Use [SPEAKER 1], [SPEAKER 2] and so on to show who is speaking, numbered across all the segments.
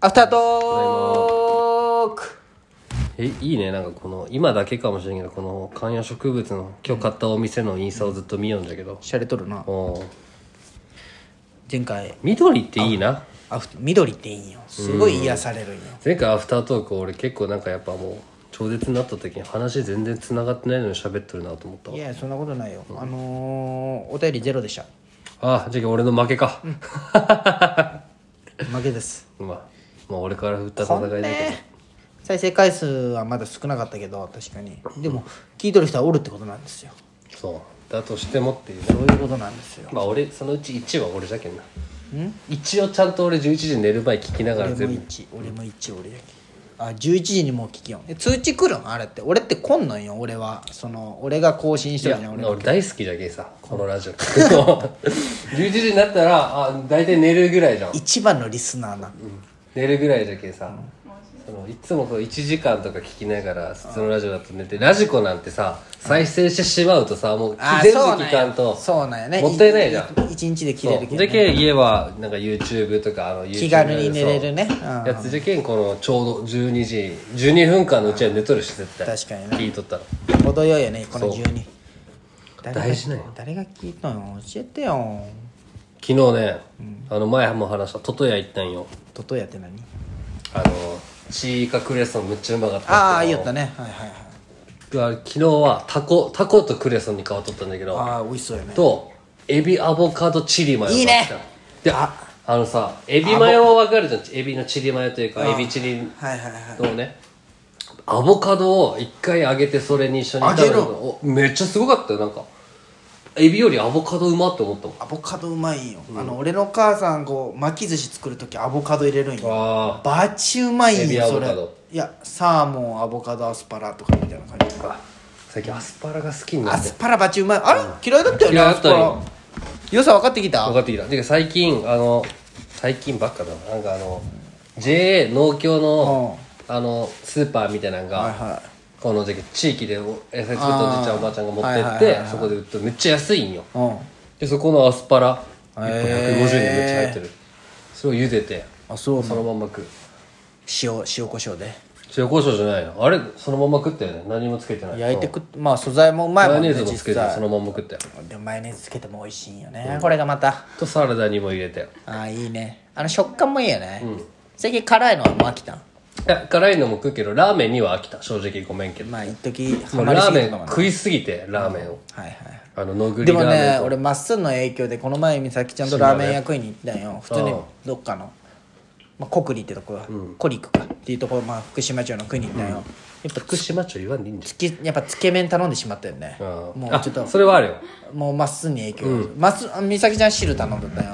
[SPEAKER 1] アフタートーク
[SPEAKER 2] えいいねなんかこの今だけかもしれんけどこの観葉植物の今日買ったお店のインスタをずっと見よんだけど、
[SPEAKER 1] しゃれとるな
[SPEAKER 2] おう
[SPEAKER 1] 前回
[SPEAKER 2] 緑っていいな
[SPEAKER 1] アフ緑っていいんよすごい癒されるんよ
[SPEAKER 2] 前回アフタートーク俺結構なんかやっぱもう超絶になった時に話全然繋がってないのに喋ってるなと思った
[SPEAKER 1] いやいやそんなことないよあのー、お便りゼロでした
[SPEAKER 2] あじゃあ俺の負けか、
[SPEAKER 1] 負け です
[SPEAKER 2] まあ、まあ俺から振った
[SPEAKER 1] ほ
[SPEAKER 2] 戦
[SPEAKER 1] ん
[SPEAKER 2] いだけ
[SPEAKER 1] ね再生回数はまだ少なかったけど確かにでも聞いとる人はおるってことなんですよ
[SPEAKER 2] どそうだとしてもっていう
[SPEAKER 1] そういうことなんですよ
[SPEAKER 2] まあ俺そのうち1は俺じゃけんな一応ちゃんと俺11時に寝る前聞きながら
[SPEAKER 1] 俺も
[SPEAKER 2] 全部
[SPEAKER 1] 1俺も1俺だけあ11時にもう聞きよんで通知来るんあれって俺って来んのんよ俺はその俺が更新し
[SPEAKER 2] い
[SPEAKER 1] てる
[SPEAKER 2] や
[SPEAKER 1] じゃん俺
[SPEAKER 2] 俺大好きじゃけんさこのラジオ 11時になったらあ大体寝るぐらいじゃん
[SPEAKER 1] 一番のリスナーな
[SPEAKER 2] 寝るぐらいじゃけんさ、そのいつもこう1時間とか聞きながら普通のラジオだと寝てラジコなんてさ再生してしまうとさもう
[SPEAKER 1] あー
[SPEAKER 2] 全部
[SPEAKER 1] そうなんや
[SPEAKER 2] 聞かんと
[SPEAKER 1] そうなんやね
[SPEAKER 2] もったいないじゃん
[SPEAKER 1] 一日で切れ
[SPEAKER 2] そ
[SPEAKER 1] る
[SPEAKER 2] う
[SPEAKER 1] け
[SPEAKER 2] じ
[SPEAKER 1] ど
[SPEAKER 2] ゃけん家はなんか YouTube とかあの YouTube
[SPEAKER 1] 気軽に寝れるね
[SPEAKER 2] そう
[SPEAKER 1] うん
[SPEAKER 2] やつじゃけんこのちょうど12時12分間のうちは寝とるし絶対
[SPEAKER 1] 確かにね
[SPEAKER 2] 聞いとったら
[SPEAKER 1] 程よいよねこの
[SPEAKER 2] そう
[SPEAKER 1] 12誰が
[SPEAKER 2] 大事なんよ
[SPEAKER 1] 誰が聞いたの教えてよ
[SPEAKER 2] 昨日ね、あの前も話したトトヤ行ったんよ
[SPEAKER 1] トトヤって何
[SPEAKER 2] あのチーカクレソンめっちゃうまかった
[SPEAKER 1] ああ
[SPEAKER 2] い
[SPEAKER 1] 言ったねはいはいはい
[SPEAKER 2] 昨日はタコタコとクレソンに変わっとったんだけど
[SPEAKER 1] ああ美味しそうよね
[SPEAKER 2] とエビアボカドチリマヨが
[SPEAKER 1] いいね
[SPEAKER 2] でああのさエビマヨはわかるじゃんエビのチリマヨというかエビチ
[SPEAKER 1] は
[SPEAKER 2] リ
[SPEAKER 1] いはいはい
[SPEAKER 2] のねアボカドを一回揚げてそれに一緒に食べるの
[SPEAKER 1] 揚げる
[SPEAKER 2] おめっちゃすごかったよなんかエビよりアボカドうまって思ったもん
[SPEAKER 1] アボカドうまいんよ、あの俺の母さんこう巻き寿司作る時アボカド入れるんよ
[SPEAKER 2] あ
[SPEAKER 1] バチうまいん
[SPEAKER 2] エビ
[SPEAKER 1] よ
[SPEAKER 2] ア
[SPEAKER 1] そ
[SPEAKER 2] ボ
[SPEAKER 1] れ
[SPEAKER 2] カド
[SPEAKER 1] いやサーモンアボカドアスパラとかみたいな感じ
[SPEAKER 2] あ最近アスパラが好きにな
[SPEAKER 1] ア
[SPEAKER 2] って
[SPEAKER 1] スパラバチうまいあれ嫌いだったよね
[SPEAKER 2] 嫌い
[SPEAKER 1] ア
[SPEAKER 2] だっ
[SPEAKER 1] ス
[SPEAKER 2] た
[SPEAKER 1] パ
[SPEAKER 2] よ
[SPEAKER 1] ラ良さ分かってきた
[SPEAKER 2] 分かってきたてか最近あの最近ばっかだななんかあの JA 農協のあのスーパーみたいなのが、
[SPEAKER 1] はいは
[SPEAKER 2] この時期地域でお野菜作ったおじいちゃんおばあちゃんが持ってって、
[SPEAKER 1] はいはいはいはい
[SPEAKER 2] そこで売ってめっちゃ安いんよ
[SPEAKER 1] いうん
[SPEAKER 2] でそこのアスパラ1個150
[SPEAKER 1] へー
[SPEAKER 2] 円めっちゃ入ってるそれを茹でて
[SPEAKER 1] あそうな
[SPEAKER 2] そのまんま食う
[SPEAKER 1] 塩塩コショウで
[SPEAKER 2] 塩コショウじゃないのあれそのまんま食ったよね何もつけてない
[SPEAKER 1] 焼いてくまあ素材もうま
[SPEAKER 2] マ
[SPEAKER 1] いも
[SPEAKER 2] ヨ
[SPEAKER 1] ん
[SPEAKER 2] ネ
[SPEAKER 1] ね
[SPEAKER 2] ーズもつけ
[SPEAKER 1] 実
[SPEAKER 2] てそ
[SPEAKER 1] 際
[SPEAKER 2] のまんま食ったよ
[SPEAKER 1] でもマヨネーズつけても美味しいんよね、これがまた
[SPEAKER 2] とサラダにも入れて
[SPEAKER 1] ああいいねあの食感もいいよね、最近辛いのはもう飽きた
[SPEAKER 2] いや辛いのも食うけどラーメンには飽きた正直ごめんけど
[SPEAKER 1] まあ一時ハ
[SPEAKER 2] もう
[SPEAKER 1] マり
[SPEAKER 2] ラ
[SPEAKER 1] す
[SPEAKER 2] ー
[SPEAKER 1] ぎ
[SPEAKER 2] メ
[SPEAKER 1] た
[SPEAKER 2] ン
[SPEAKER 1] かもね
[SPEAKER 2] 食いすぎてラーメンを
[SPEAKER 1] はいはい
[SPEAKER 2] あののぐり
[SPEAKER 1] でも
[SPEAKER 2] ラーメ
[SPEAKER 1] ね
[SPEAKER 2] ンと
[SPEAKER 1] 俺まっすんの影響でこの前美咲ちゃんとラーメン屋食いに行ったんよ普通に
[SPEAKER 2] うん
[SPEAKER 1] どっかの、まあ、国里ってとこは、コリクかっていうところ、まあ、福島町の食いに行ったんよ、やっぱ
[SPEAKER 2] 福島町言わんでいいんじ
[SPEAKER 1] つきやっぱつけ麺頼んでしまったよね
[SPEAKER 2] ゃん
[SPEAKER 1] も
[SPEAKER 2] あ
[SPEAKER 1] うちょっと
[SPEAKER 2] それはあるよ
[SPEAKER 1] もうまっすんに影響、まっすんあ美咲ちゃん汁頼んだったよ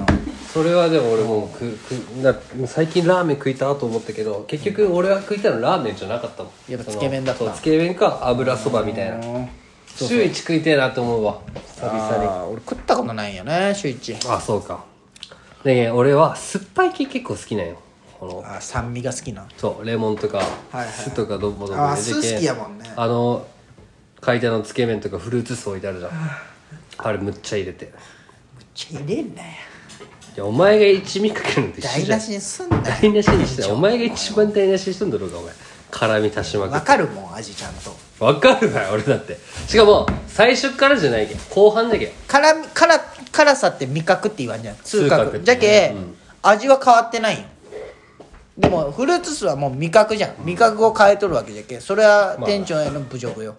[SPEAKER 2] それはでも俺もうくくな最近ラーメン食いたと思ったけど結局俺が食いたのラーメンじゃなかったもん
[SPEAKER 1] やっぱ
[SPEAKER 2] その
[SPEAKER 1] つけ麺だった
[SPEAKER 2] そうつけ麺か油そばみたいな週一食いてえなと思うわ久々に
[SPEAKER 1] あー俺食ったことないんよね週一
[SPEAKER 2] あそうかでね俺は酸っぱい系結構好きなんよこの
[SPEAKER 1] あ酸味が好きな
[SPEAKER 2] そうレモンとか、
[SPEAKER 1] はい
[SPEAKER 2] 酢とかどんぼどんぼ
[SPEAKER 1] あー
[SPEAKER 2] 入れて
[SPEAKER 1] 酢好きやもんね
[SPEAKER 2] あの書いてあるのつけ麺とかフルーツ酢置いてあるじゃんあれむっちゃ入れて
[SPEAKER 1] めっちゃ入れんなよ
[SPEAKER 2] いやお前が一味かけるのと一緒
[SPEAKER 1] 台
[SPEAKER 2] じゃ
[SPEAKER 1] 無
[SPEAKER 2] ん
[SPEAKER 1] しにすんなよ
[SPEAKER 2] 台無しにしてお前が一番台無しにしとんだろうがお前辛み足しまく
[SPEAKER 1] わ
[SPEAKER 2] っ
[SPEAKER 1] かるもん味ちゃんと
[SPEAKER 2] てわかるなよ俺だってしかも最初からじゃないけん後半だけん
[SPEAKER 1] 辛み辛辛さって味覚って言わんじゃん通
[SPEAKER 2] 通覚
[SPEAKER 1] 覚じゃけ、味は変わってないよでもフルーツ酢はもう味覚じゃん味覚を変えとるわけじゃけそれは店長への侮辱よ、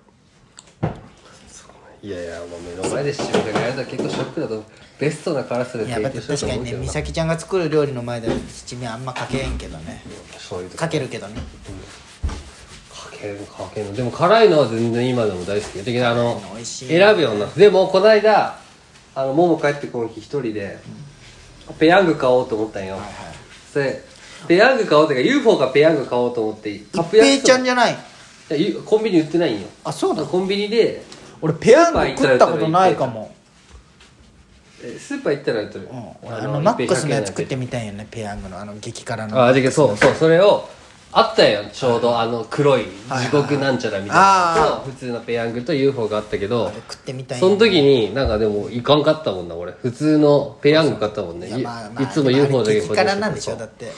[SPEAKER 2] いやいやもう目の前で塩かけられたら結構ショックだと思うベストな辛さで
[SPEAKER 1] いや
[SPEAKER 2] 提
[SPEAKER 1] まあ
[SPEAKER 2] 供しよう
[SPEAKER 1] 確
[SPEAKER 2] と
[SPEAKER 1] かに
[SPEAKER 2] 思うけ
[SPEAKER 1] ね
[SPEAKER 2] ど
[SPEAKER 1] 美
[SPEAKER 2] な
[SPEAKER 1] 咲ちゃんが作る料理の前では七味あんまかけへんけどね
[SPEAKER 2] 醤油とか
[SPEAKER 1] かけるけどね
[SPEAKER 2] かけるかけるでも辛いのは全然今でも大好きよだけどあの
[SPEAKER 1] 美味しい
[SPEAKER 2] 選ぶようになったでもこの間あのもも帰ってこの日一人で、ペヤング買おうと思ったんよ、それペヤング買おうっていうか UFO がペヤング買おうと思ってカ
[SPEAKER 1] 一平ちゃん
[SPEAKER 2] じ
[SPEAKER 1] じゃない
[SPEAKER 2] ゃいやコンビニ売ってないんよ
[SPEAKER 1] あそうだ
[SPEAKER 2] コンビニで
[SPEAKER 1] 俺ペヤング食ったことないかも、
[SPEAKER 2] えスーパー行ったら売ってる、
[SPEAKER 1] うん、俺あのマックスのやつ作ってみたいよねペヤングのあの激辛の
[SPEAKER 2] ああじゃけそうそうそれをあったよちょうどあの黒い地獄なんちゃらみたいなのと普通のペヤングと UFO があったけど
[SPEAKER 1] あれ食ってみたいよ
[SPEAKER 2] その時になんかでもいかんかったもんな俺普通のペヤング買ったもんね
[SPEAKER 1] いやまあまあ
[SPEAKER 2] いいつも UFO だけ
[SPEAKER 1] 激辛なんでしょだって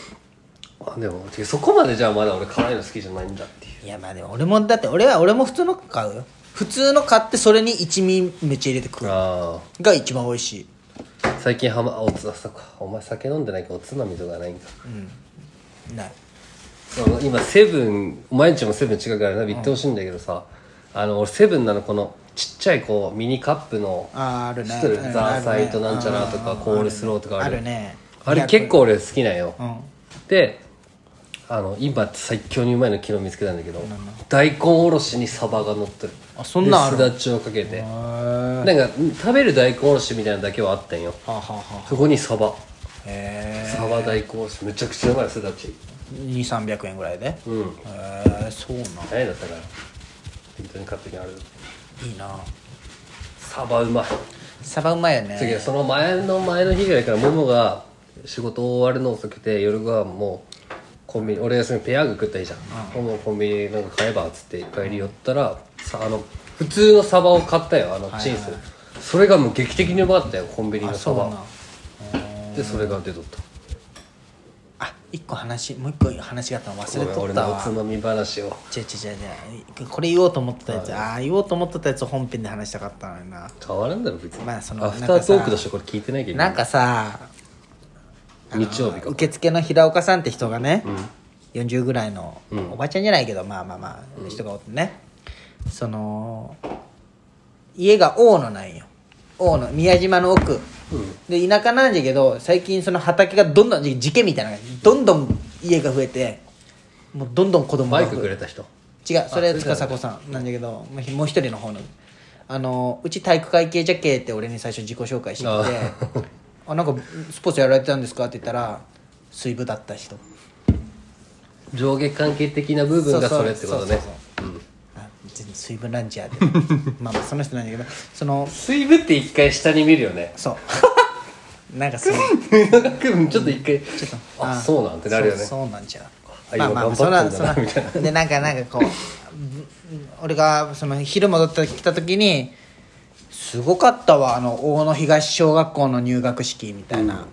[SPEAKER 2] あでもてかそこまでじゃあまだ俺辛いの好きじゃないんだっていう
[SPEAKER 1] いやまあでも俺もだって俺は俺も普通の買うよ普通の買ってそれに一味めっちゃ入れて食う
[SPEAKER 2] あ
[SPEAKER 1] が一番美味しい
[SPEAKER 2] あ最近はまおつあそっかお前酒飲んでないからおつまみとかないんか
[SPEAKER 1] ない
[SPEAKER 2] その今セブン毎日もセブン近くからな言ってほしいんだけどさ、あの俺セブンなのこのちっちゃいこうミニカップの
[SPEAKER 1] あーあるね
[SPEAKER 2] 知ってる
[SPEAKER 1] うん
[SPEAKER 2] ザ
[SPEAKER 1] あ
[SPEAKER 2] ー
[SPEAKER 1] るね
[SPEAKER 2] サイとなんちゃらとか
[SPEAKER 1] うん
[SPEAKER 2] コールスローとかある
[SPEAKER 1] あるね
[SPEAKER 2] あれ結構俺好きなんよ、
[SPEAKER 1] うん
[SPEAKER 2] であの今最強にうまいの昨日見つけたんだけど大根おろしにサバが乗ってる
[SPEAKER 1] あそんなんある
[SPEAKER 2] ですだちをかけて
[SPEAKER 1] へ
[SPEAKER 2] なん
[SPEAKER 1] ー
[SPEAKER 2] か食べる大根おろしみたいなのだけはあったんよ
[SPEAKER 1] はあはあは
[SPEAKER 2] そこにサバ
[SPEAKER 1] あへ
[SPEAKER 2] サバ大根おろしめちゃくちゃうまいすだち
[SPEAKER 1] え2300円ぐらいで
[SPEAKER 2] うん
[SPEAKER 1] へえそうなん
[SPEAKER 2] 何円だったから本当に買った時ある
[SPEAKER 1] いいな
[SPEAKER 2] サバうまい
[SPEAKER 1] サバうまいよ
[SPEAKER 2] 次
[SPEAKER 1] ね
[SPEAKER 2] はその前の前の日ぐらいからももが仕事終わるの遅くて夜ご飯もコンビニ俺休みペヤング食ったらいいじゃん、ももコンビニなんか買えばっつって帰り寄ったらさあの普通のサバを買ったよあのチンス、それがもう劇的にうまかったよコンビニのサ
[SPEAKER 1] そうなん
[SPEAKER 2] バでそれが出とった
[SPEAKER 1] あ一1個話もう1個話があったの忘れ
[SPEAKER 2] ご
[SPEAKER 1] と
[SPEAKER 2] めん
[SPEAKER 1] っ
[SPEAKER 2] 俺
[SPEAKER 1] た
[SPEAKER 2] のお
[SPEAKER 1] わ
[SPEAKER 2] つまみ話を
[SPEAKER 1] 違う違う違うこれ言おうと思ってたやつああ言おうと思ってたやつを本編で話したかったのにな
[SPEAKER 2] 変わらんだろ別に、
[SPEAKER 1] まあその
[SPEAKER 2] アフタートークとしてこれ聞いてないけど
[SPEAKER 1] なんかさ
[SPEAKER 2] 日曜日か
[SPEAKER 1] 受付の平岡さんって人がね、40ぐらいの、おばちゃんじゃないけどまあまあまあ、人がおってねその家が大野なんよ大野宮島の奥、で田舎なんじゃけど最近その畑がどんどんじ事件みたいなのがどんどん家が増えてもうどんどん子供が
[SPEAKER 2] マイ
[SPEAKER 1] 増え
[SPEAKER 2] クくれた人
[SPEAKER 1] 違うそれ塚迫さんなんだけどもうひもう一人の方のあのうち体育会系じゃけって俺に最初自己紹介してきて
[SPEAKER 2] あ
[SPEAKER 1] 「 あなんかスポーツやられてたんですか?」って言ったら水部だった人
[SPEAKER 2] 上下関係的な部分がそれってこ
[SPEAKER 1] そうそ
[SPEAKER 2] とね
[SPEAKER 1] うそうあ全然水分ランチャー でまあまあその人なんだけどその
[SPEAKER 2] 水分って一回下に見るよね
[SPEAKER 1] そう なんかそう
[SPEAKER 2] 君ちょっと一回あ
[SPEAKER 1] ー
[SPEAKER 2] そうなんてなるよね
[SPEAKER 1] そうそうなんじゃ
[SPEAKER 2] あ
[SPEAKER 1] まあ
[SPEAKER 2] 今
[SPEAKER 1] まあまあそ
[SPEAKER 2] 頑
[SPEAKER 1] ん
[SPEAKER 2] 張
[SPEAKER 1] な
[SPEAKER 2] ってん
[SPEAKER 1] そんな
[SPEAKER 2] だなみたいな
[SPEAKER 1] でなんかなんかこううん俺がその昼戻ってきた時にすごかったわあの大野東小学校の入学式みたいな、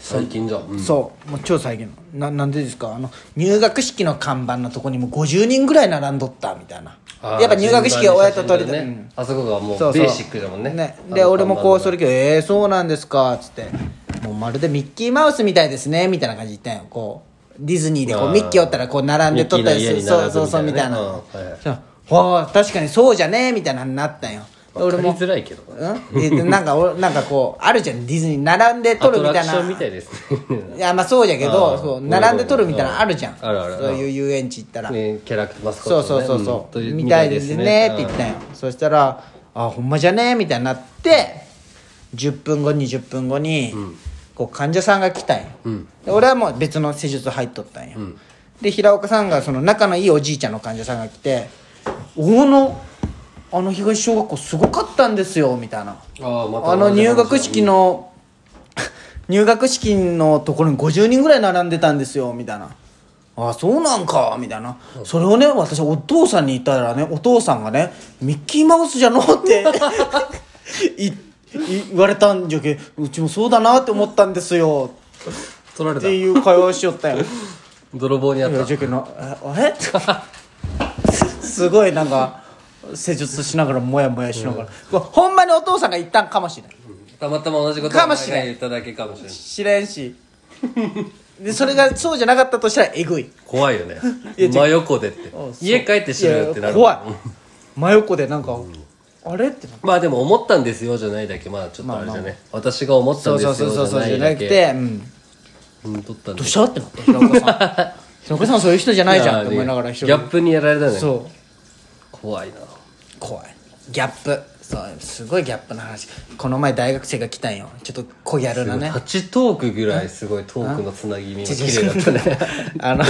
[SPEAKER 2] 最近じゃん、うん
[SPEAKER 1] そうもう超最近のななんでですかあの入学式の看板のとこにも50人ぐらい並んどったみたいな
[SPEAKER 2] あー
[SPEAKER 1] やっぱ入学式は親と取り
[SPEAKER 2] 順
[SPEAKER 1] で、
[SPEAKER 2] 番に
[SPEAKER 1] うん
[SPEAKER 2] 写真撮るねあそこがもう
[SPEAKER 1] そうそう
[SPEAKER 2] ベーシックだもんね
[SPEAKER 1] で俺もこう
[SPEAKER 2] そ
[SPEAKER 1] す
[SPEAKER 2] れ
[SPEAKER 1] るけど「えー、そうなんですか」っつって「もうまるでミッキーマウスみたいですね」みたいな感じで言ったんよこうディズニーでこ
[SPEAKER 2] あ
[SPEAKER 1] う
[SPEAKER 2] ー
[SPEAKER 1] ミッキーおったらこう並んで撮ったりする
[SPEAKER 2] ミッキーの
[SPEAKER 1] そう
[SPEAKER 2] 家に並ぶ
[SPEAKER 1] そうそうみたいな
[SPEAKER 2] みたいなねうんはいはい
[SPEAKER 1] そうわあ確かにそうじゃねえみたいなのになったんよで
[SPEAKER 2] 分
[SPEAKER 1] 俺
[SPEAKER 2] かり
[SPEAKER 1] も
[SPEAKER 2] づらいけどな
[SPEAKER 1] うんえなんかおなんかこうあるじゃんディズニー並んで撮
[SPEAKER 2] ア
[SPEAKER 1] る
[SPEAKER 2] ト
[SPEAKER 1] み
[SPEAKER 2] ラ
[SPEAKER 1] た
[SPEAKER 2] ク
[SPEAKER 1] い
[SPEAKER 2] シ
[SPEAKER 1] な
[SPEAKER 2] ョンみたいですね
[SPEAKER 1] いやまあそうじゃけ
[SPEAKER 2] あ
[SPEAKER 1] ど
[SPEAKER 2] ー
[SPEAKER 1] そう
[SPEAKER 2] ごめん
[SPEAKER 1] 並んで撮るみたいなのあるじゃん
[SPEAKER 2] ごめんあるある
[SPEAKER 1] そういう遊園地行ったら
[SPEAKER 2] ねキャラクターマスコッ
[SPEAKER 1] そう
[SPEAKER 2] ト
[SPEAKER 1] そ
[SPEAKER 2] の
[SPEAKER 1] うそ
[SPEAKER 2] ね
[SPEAKER 1] うそう、
[SPEAKER 2] んと
[SPEAKER 1] みたいですねって言ったんよ、そしたら「あほんまじゃね」みたいになって10分後20分後に、こう患者さんが来たんよ、で俺はもう別の施術入っとったんよ、で平岡さんがその仲のいいおじいちゃんの患者さんが来て「大野あの東小学校すごかったんですよ」みたいな
[SPEAKER 2] ああまた
[SPEAKER 1] あの入学式の 入学式のところに50人ぐらい並んでたんですよみたいな「ああそうなんか」みたいなそれをね私お父さんに言ったらねお父さんがね「ミッキーマウスじゃの?」って いい言われたんじゃけうちもそうだなって思ったんですよ
[SPEAKER 2] 取られ
[SPEAKER 1] って
[SPEAKER 2] た
[SPEAKER 1] いう会話をしよったよ。
[SPEAKER 2] 泥棒にあっ
[SPEAKER 1] いや
[SPEAKER 2] た
[SPEAKER 1] じゃけなああれ すごいなんか施術しながらモヤモヤしながら、うわほんまにお父さんが言ったんかもしれない
[SPEAKER 2] たまたま同じこと
[SPEAKER 1] かもしれん
[SPEAKER 2] お前が言っただけかもしれない
[SPEAKER 1] 知れんしでそれがそうじゃなかったとしたらえぐい
[SPEAKER 2] 怖いよね
[SPEAKER 1] いや違う
[SPEAKER 2] 真横でって
[SPEAKER 1] そう
[SPEAKER 2] 家帰って死ぬよってなる
[SPEAKER 1] いや怖い真横でなんか、あれってな
[SPEAKER 2] まあでも思ったんですよじゃないだけまあちょっとあれじゃね、私が思ったん
[SPEAKER 1] そう
[SPEAKER 2] です
[SPEAKER 1] そ
[SPEAKER 2] よ
[SPEAKER 1] うそうそうそう
[SPEAKER 2] じ
[SPEAKER 1] じ
[SPEAKER 2] ゃ
[SPEAKER 1] ゃ
[SPEAKER 2] な
[SPEAKER 1] ないく
[SPEAKER 2] だけ
[SPEAKER 1] て、うん、
[SPEAKER 2] うん取った
[SPEAKER 1] ど
[SPEAKER 2] んで
[SPEAKER 1] う
[SPEAKER 2] す
[SPEAKER 1] したってなった平岡さん平岡さんそういう人じゃないじゃんって思いながら
[SPEAKER 2] ギ
[SPEAKER 1] 一人
[SPEAKER 2] ャップにやられたね
[SPEAKER 1] そう
[SPEAKER 2] 怖いな
[SPEAKER 1] 怖いギャップそうすごいギャップの話この前大学生が来たんよちょっと小ギャルなね
[SPEAKER 2] 8トークぐらいすごいトークのつなぎみが綺麗だったね
[SPEAKER 1] あの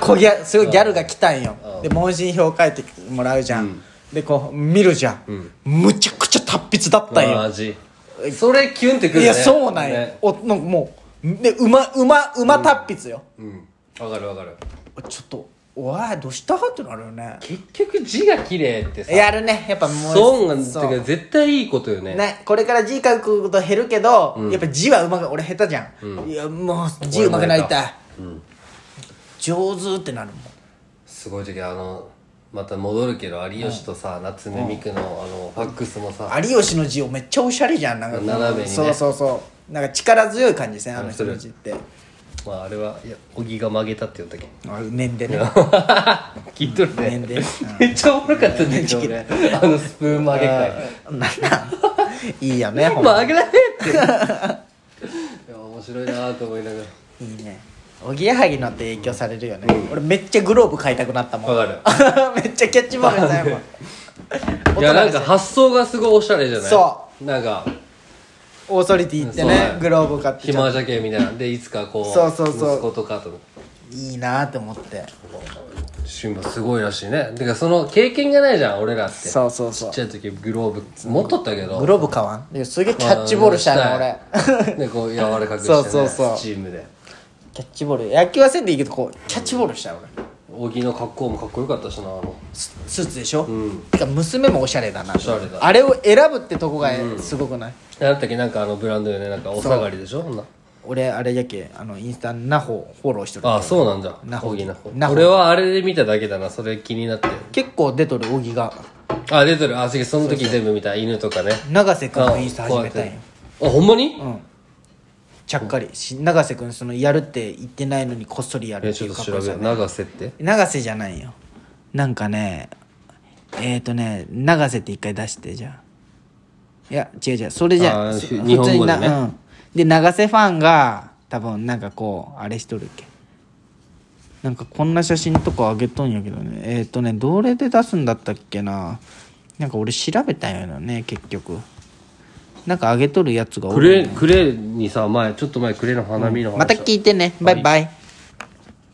[SPEAKER 1] 小ギャすごいギャルが来たんよで問診票書いてもらうじゃん、でこう見るじゃん、むちゃくちゃ達筆だったんよ、
[SPEAKER 2] マジそれキュンってくる
[SPEAKER 1] い
[SPEAKER 2] ね
[SPEAKER 1] やそうなんよ、
[SPEAKER 2] ね
[SPEAKER 1] おなんかもうでうまうまうま達筆よ、
[SPEAKER 2] うんわかるわかる
[SPEAKER 1] ちょっとおいどうしたってなるよね
[SPEAKER 2] 結局字が綺麗ってさ
[SPEAKER 1] やるねやっぱもう
[SPEAKER 2] 損が
[SPEAKER 1] そう
[SPEAKER 2] てか絶対いいことよね
[SPEAKER 1] ね、これから字書くこと減るけど、やっぱ字はうまく俺下手じゃん、いやもう字うまくなりたい、上手ってなるもん
[SPEAKER 2] すごい時あのまた戻るけど有吉とさ、夏目三久のあのファックスもさ、
[SPEAKER 1] 有吉の字をめっちゃおしゃれじゃんなんかこう
[SPEAKER 2] 斜めにね
[SPEAKER 1] そうそうそうなんか力強い感じですねあの人
[SPEAKER 2] う
[SPEAKER 1] の
[SPEAKER 2] ん
[SPEAKER 1] 字って
[SPEAKER 2] まああれはいや小木が曲げたって言ったっけ
[SPEAKER 1] あ面でね
[SPEAKER 2] 聞いとるね
[SPEAKER 1] 面で
[SPEAKER 2] めっちゃおもろかったね今日 ねあのスプーン曲げ会
[SPEAKER 1] なんなんいいよ ねほんま
[SPEAKER 2] 曲げられって いや面白いなと思いなが
[SPEAKER 1] いいねおぎやはぎのって影響されるよね、俺めっちゃグローブ買いたくなったもん
[SPEAKER 2] わ
[SPEAKER 1] めっちゃキャッチボールしたい もん
[SPEAKER 2] らいやなんか発想がすごいおしゃれじゃない
[SPEAKER 1] そう
[SPEAKER 2] なんか
[SPEAKER 1] オーソリティ行って
[SPEAKER 2] そうだ
[SPEAKER 1] ね
[SPEAKER 2] よ
[SPEAKER 1] グローブ買ってちょ
[SPEAKER 2] 暇
[SPEAKER 1] っ
[SPEAKER 2] じゃけみたいなんでいつかこう
[SPEAKER 1] そうそうそう
[SPEAKER 2] 息子とかと
[SPEAKER 1] といいなと思って
[SPEAKER 2] 趣味もすごいらしいねてかその経験がないじゃん俺らって
[SPEAKER 1] そうそうそ
[SPEAKER 2] ち
[SPEAKER 1] う
[SPEAKER 2] っちゃい時グローブ持っとったけど
[SPEAKER 1] グローブ買わんいやすげえキャッチボールしたいの俺
[SPEAKER 2] 俺でこう柔らかくして、ね、
[SPEAKER 1] そうそうそう
[SPEAKER 2] チームで
[SPEAKER 1] キャッチボール野球はせんでいいけどこうキャッチボールしたい俺
[SPEAKER 2] 大木の格好もかっこよかったしなあの
[SPEAKER 1] ススーツでしょ、てか娘もおしゃれだな
[SPEAKER 2] しゃれだ
[SPEAKER 1] あれを選ぶってとこがすごくない、
[SPEAKER 2] なんだったっけなんかあのブランドよねなんかお下がりでしょほんな
[SPEAKER 1] 俺あれやけあのインスタナホフォローしてる
[SPEAKER 2] ああそうなんじゃ
[SPEAKER 1] なほ
[SPEAKER 2] 大木なほ
[SPEAKER 1] なほ
[SPEAKER 2] 俺はあれで見ただけだなそれ気になって
[SPEAKER 1] 結構出とる扇が
[SPEAKER 2] あ出てるあ次その時全部見た犬とかね
[SPEAKER 1] 永瀬君
[SPEAKER 2] あ
[SPEAKER 1] のインスタ始めたんよ
[SPEAKER 2] こうやってあほんまに、
[SPEAKER 1] ちゃっかりし永瀬君そのやるって言ってないのにこっそりやる
[SPEAKER 2] え
[SPEAKER 1] って
[SPEAKER 2] ち
[SPEAKER 1] い
[SPEAKER 2] ょ
[SPEAKER 1] う
[SPEAKER 2] っ
[SPEAKER 1] か
[SPEAKER 2] と調べよう永瀬って
[SPEAKER 1] 永瀬じゃないよなんかねえっ、ー、とね永瀬って一回出してじゃあいや違う違うそれじゃ
[SPEAKER 2] あー
[SPEAKER 1] そ
[SPEAKER 2] ふ日本語でね
[SPEAKER 1] 普通になうん、で永瀬ファンが多分なんかこうあれしとるっけなんかこんな写真とかあげとんやけどねえっ、ー、とねどれで出すんだったっけななんか俺調べたんやろね結局なんかあげとるやつが多
[SPEAKER 2] ク
[SPEAKER 1] い
[SPEAKER 2] レクレにさ前ちょっと前クレの花見の話、
[SPEAKER 1] また聞いてねバイバイ